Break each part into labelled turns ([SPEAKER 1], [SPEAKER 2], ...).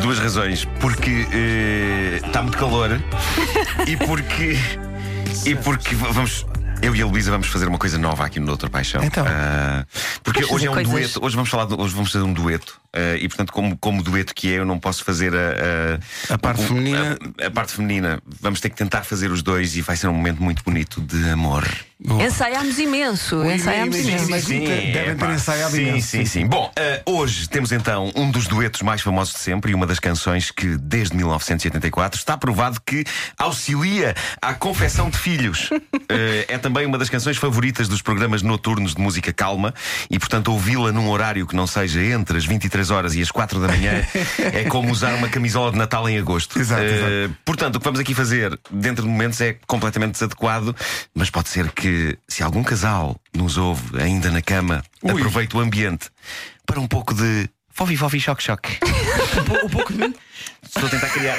[SPEAKER 1] duas razões. Porque eh, está muito calor e porque. E porque v- vamos. Eu e a Luísa vamos fazer uma coisa nova aqui no Doutor Paixão.
[SPEAKER 2] Então.
[SPEAKER 1] Ah, porque
[SPEAKER 3] Vamos
[SPEAKER 1] hoje
[SPEAKER 3] fazer
[SPEAKER 1] é um
[SPEAKER 3] coisas.
[SPEAKER 1] dueto, hoje vamos, falar, de- hoje vamos fazer um dueto. Ah, e portanto, como, como dueto que é, eu não posso fazer a,
[SPEAKER 2] A parte feminina.
[SPEAKER 1] A, a parte feminina. Vamos ter que tentar fazer os dois e vai ser um momento muito bonito de amor.
[SPEAKER 3] Ensaiámos imenso, ensaiámos
[SPEAKER 2] sim,
[SPEAKER 3] imenso.
[SPEAKER 2] sim. mas de- devem
[SPEAKER 1] epá,
[SPEAKER 2] ter ensaiado
[SPEAKER 1] sim,
[SPEAKER 2] imenso.
[SPEAKER 1] Sim, sim. Bom, eh, hoje temos então um dos duetos mais famosos de sempre e uma das canções que, desde 1984, está provado que auxilia à confecção de filhos. Eh, é também uma das canções favoritas dos programas noturnos de música calma e, portanto, ouvi-la num horário que não seja entre as 23 horas e as 4 da manhã é como usar uma camisola de Natal em agosto.
[SPEAKER 2] Exato,
[SPEAKER 1] Eh,
[SPEAKER 2] exato.
[SPEAKER 1] Portanto, o que vamos aqui fazer dentro de momentos é completamente desadequado, mas pode ser que, se algum casal nos ouve ainda na cama, aproveite o ambiente para um pouco de fofi fofi choque choque.
[SPEAKER 4] Um pouco de mim.
[SPEAKER 1] Estou a tentar criar.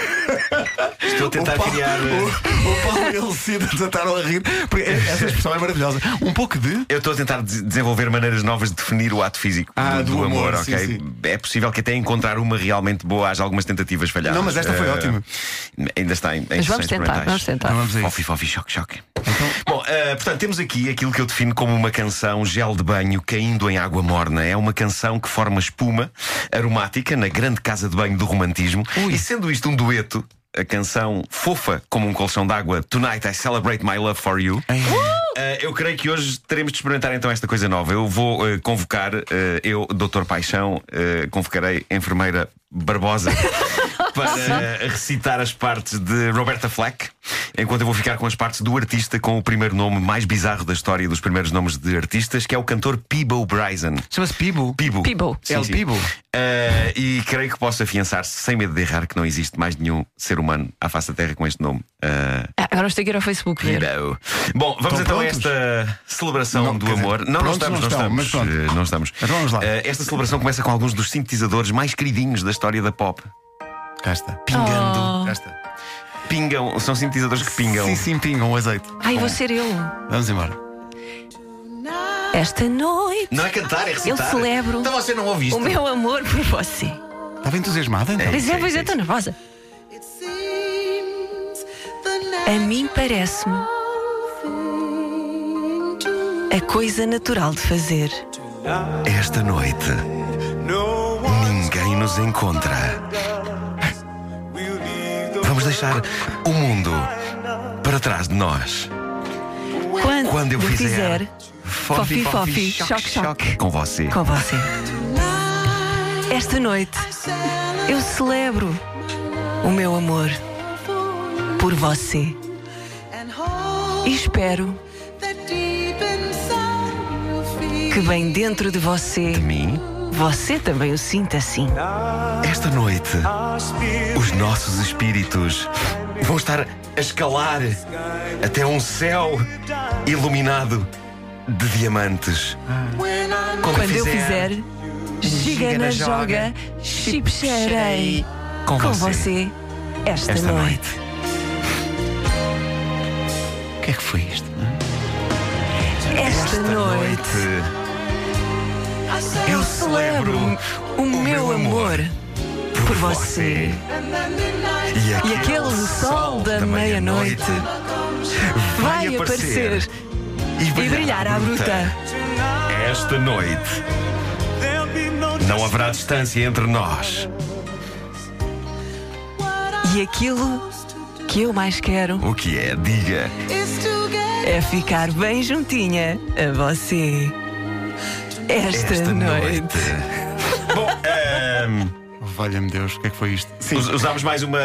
[SPEAKER 1] Estou a tentar
[SPEAKER 2] o Paulo,
[SPEAKER 1] criar. eh,
[SPEAKER 2] o, o Paulo e a Lucida desataram a rir. Porque essa expressão é maravilhosa. Um pouco de.
[SPEAKER 1] Eu estou a tentar des- desenvolver maneiras novas de definir o ato físico
[SPEAKER 2] Ah,
[SPEAKER 1] do,
[SPEAKER 2] do
[SPEAKER 1] amor,
[SPEAKER 2] amor, sim,
[SPEAKER 1] ok?
[SPEAKER 2] sim.
[SPEAKER 1] É possível que até encontrar uma realmente boa, haja algumas tentativas falhadas.
[SPEAKER 2] Não, mas esta foi
[SPEAKER 1] Eh,
[SPEAKER 2] ótima.
[SPEAKER 1] Ainda está em, em
[SPEAKER 3] Mas vamos
[SPEAKER 1] sessões
[SPEAKER 3] tentar,
[SPEAKER 1] experimentais.
[SPEAKER 3] vamos tentar.
[SPEAKER 2] Não vamos a isso. Então-
[SPEAKER 1] Fofi, fofi, choque, choque. Bom, eh, portanto, temos aqui aquilo que eu defino como uma canção gel de banho caindo em água morna. É uma canção que forma espuma aromática na grande casa de banho do romantismo. E sendo isto um dueto. A canção fofa como um colchão d'água Tonight I Celebrate My Love For You
[SPEAKER 2] Ah.
[SPEAKER 1] Eh, Eu creio que hoje teremos de experimentar então esta coisa nova Eu vou eh, convocar, eh, eu, Doutor Paixão eh, Convocarei a enfermeira Barbosa para eh, recitar as partes de Roberta Flack, enquanto eu vou ficar com as partes do artista com o primeiro nome mais bizarro da história dos primeiros nomes de artistas, que é o cantor Peebo Bryson.
[SPEAKER 2] Chama-se Pibo.
[SPEAKER 1] Peebo.
[SPEAKER 3] Peebo.
[SPEAKER 1] Sim,
[SPEAKER 2] É o
[SPEAKER 1] sim.
[SPEAKER 2] Peebo.
[SPEAKER 1] Eh, e creio que posso afiançar-se, sem medo de errar, que não existe mais nenhum ser humano à face da Terra com este nome. Eh,
[SPEAKER 3] Ah, Agora estou a ir ao Facebook ver.
[SPEAKER 1] Peebo. Bom, vamos então
[SPEAKER 2] Estão
[SPEAKER 1] a
[SPEAKER 2] prontos?
[SPEAKER 1] esta celebração
[SPEAKER 2] Não,
[SPEAKER 1] do
[SPEAKER 2] quer dizer,
[SPEAKER 1] amor. não, não
[SPEAKER 2] prontos
[SPEAKER 1] estamos, não
[SPEAKER 2] não estão, mas
[SPEAKER 1] estamos.
[SPEAKER 2] pronto.
[SPEAKER 1] eh, não estamos.
[SPEAKER 2] Então vamos lá.
[SPEAKER 1] Eh, esta celebração começa com alguns dos sintetizadores mais queridinhos da história da pop.
[SPEAKER 2] Cá está.
[SPEAKER 1] Pingando.
[SPEAKER 2] Cá está.
[SPEAKER 1] Pingam, são sintetizadores que pingam.
[SPEAKER 2] Sim, sim, pingam o azeite.
[SPEAKER 3] Ai, vou ser eu.
[SPEAKER 2] Vamos embora.
[SPEAKER 3] Esta noite
[SPEAKER 1] Não é cantar, é
[SPEAKER 3] eu
[SPEAKER 1] recitar.
[SPEAKER 3] celebro
[SPEAKER 1] Então você não ouve isto.
[SPEAKER 3] o meu amor por você.
[SPEAKER 2] Estava entusiasmada então.
[SPEAKER 3] Pois
[SPEAKER 1] isso,
[SPEAKER 3] é,
[SPEAKER 1] é
[SPEAKER 3] pois
[SPEAKER 1] isso, é
[SPEAKER 3] eu estou
[SPEAKER 1] isso.
[SPEAKER 3] nervosa.
[SPEAKER 5] It seems the
[SPEAKER 3] A mim parece-me
[SPEAKER 5] nothing to
[SPEAKER 3] a coisa natural de fazer.
[SPEAKER 1] Esta noite
[SPEAKER 4] No
[SPEAKER 1] ninguém nos encontra.
[SPEAKER 4] will leave the
[SPEAKER 1] Vamos deixar o mundo para trás de nós.
[SPEAKER 3] Quando,
[SPEAKER 1] Quando eu fizer,
[SPEAKER 3] Fofi, fofi, choque, choque.
[SPEAKER 1] com você.
[SPEAKER 3] com você. Esta noite eu celebro o meu amor por você
[SPEAKER 5] and hope
[SPEAKER 3] e espero
[SPEAKER 5] that deep inside you feel
[SPEAKER 3] que bem dentro de você
[SPEAKER 1] De mim,
[SPEAKER 3] você também o sinta assim.
[SPEAKER 1] esta noite,
[SPEAKER 4] spirit
[SPEAKER 1] os nossos espíritos vão estar a escalar até um céu iluminado de diamantes.
[SPEAKER 5] when I'm
[SPEAKER 3] Quando eu fizer, giga na joga, chipcharei
[SPEAKER 1] com,
[SPEAKER 3] com você esta,
[SPEAKER 1] esta
[SPEAKER 3] noite.
[SPEAKER 1] noite. O que é que foi isto?
[SPEAKER 3] Esta noite
[SPEAKER 1] eu celebro
[SPEAKER 3] o meu amor por
[SPEAKER 1] você.
[SPEAKER 3] você. E
[SPEAKER 1] é
[SPEAKER 3] aquele sol da meia-noite vai aparecer e brilhar à bruta.
[SPEAKER 1] Esta noite
[SPEAKER 4] there'll be no
[SPEAKER 1] não haverá distância entre nós.
[SPEAKER 3] E aquilo que eu mais quero
[SPEAKER 1] O que é? Diga.
[SPEAKER 5] is to get
[SPEAKER 3] é ficar bem juntinha a você. Esta, noite.
[SPEAKER 1] Bom, ehm,
[SPEAKER 2] Valha-me Deus, o que é que foi isto? Sim.
[SPEAKER 1] us- usámos mais uma,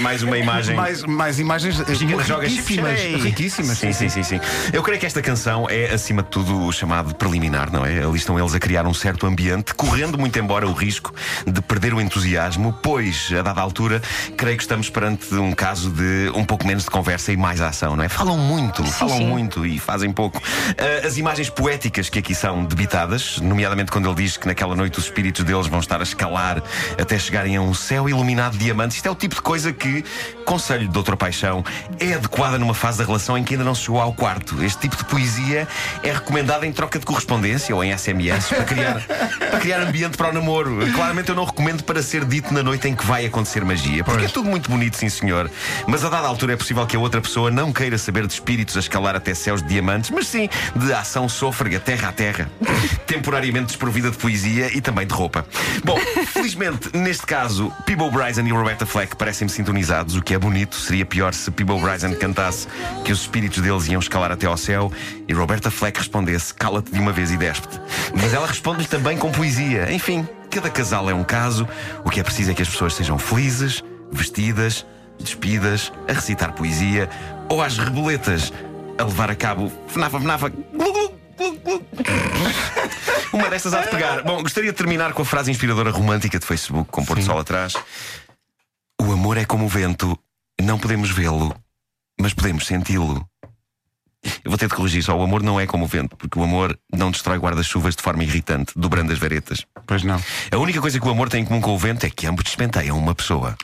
[SPEAKER 1] mais uma imagem.
[SPEAKER 2] Mais, mais imagens eh,
[SPEAKER 1] Chica da Joga
[SPEAKER 2] riquíssimas.
[SPEAKER 1] Chipchei.
[SPEAKER 2] riquíssimas.
[SPEAKER 1] Sim, sim, sim, sim. Eu creio que esta canção é, acima de tudo, o chamado preliminar, não é? Ali estão eles a criar um certo ambiente, correndo muito embora o risco de perder o entusiasmo, pois, a dada altura, creio que estamos perante um caso de um pouco menos de conversa e mais ação, não é? Falam muito, falam
[SPEAKER 3] sim.
[SPEAKER 1] muito e fazem pouco. Ah, as imagens poéticas que aqui são debitadas, nomeadamente quando ele diz que naquela noite os espíritos deles vão estar a escalar até chegarem a um céu iluminado de diamantes. Isto é o tipo de coisa que, conselho de Doutor Paixão, é adequada numa fase da relação em que ainda não se chegou ao quarto. Este tipo de poesia é recomendada em troca de correspondência ou em SMS para criar, para criar ambiente para o namoro. Claramente eu não recomendo para ser dito na noite em que vai acontecer magia, porque é tudo muito bonito, sim senhor, mas a dada altura é possível que a outra pessoa não queira saber de espíritos a escalar até céus de diamantes, mas sim de ação sôfrega terra a terra, temporariamente desprovida de poesia e também de roupa. Bom, felizmente, neste caso, Peebo Bryson e Roberta Fleck parecem-me sintonizados, o que é bonito. Seria pior se Peebo Bryson cantasse que os espíritos deles iam escalar até ao céu e Roberta Fleck respondesse: cala-te de uma vez e despe-te. Mas ela responde-lhe também com poesia. Enfim, cada casal é um caso, o que é preciso é que as pessoas sejam felizes, vestidas, despidas, a recitar poesia ou às reboletas, a levar a cabo FNAFA FNAFA glu, glu, glu, glu. Uma destas há de pegar. Bom, gostaria de terminar com a frase inspiradora romântica de Facebook, com Porto Sol atrás. O amor é como o vento, não podemos vê-lo, mas podemos senti-lo. Eu vou ter de corrigir só: o amor não é como o vento, porque o amor não destrói guarda-chuvas de forma irritante, dobrando as varetas.
[SPEAKER 2] Pois não.
[SPEAKER 1] A única coisa que o amor tem em comum com o vento é que ambos despenteiam uma pessoa.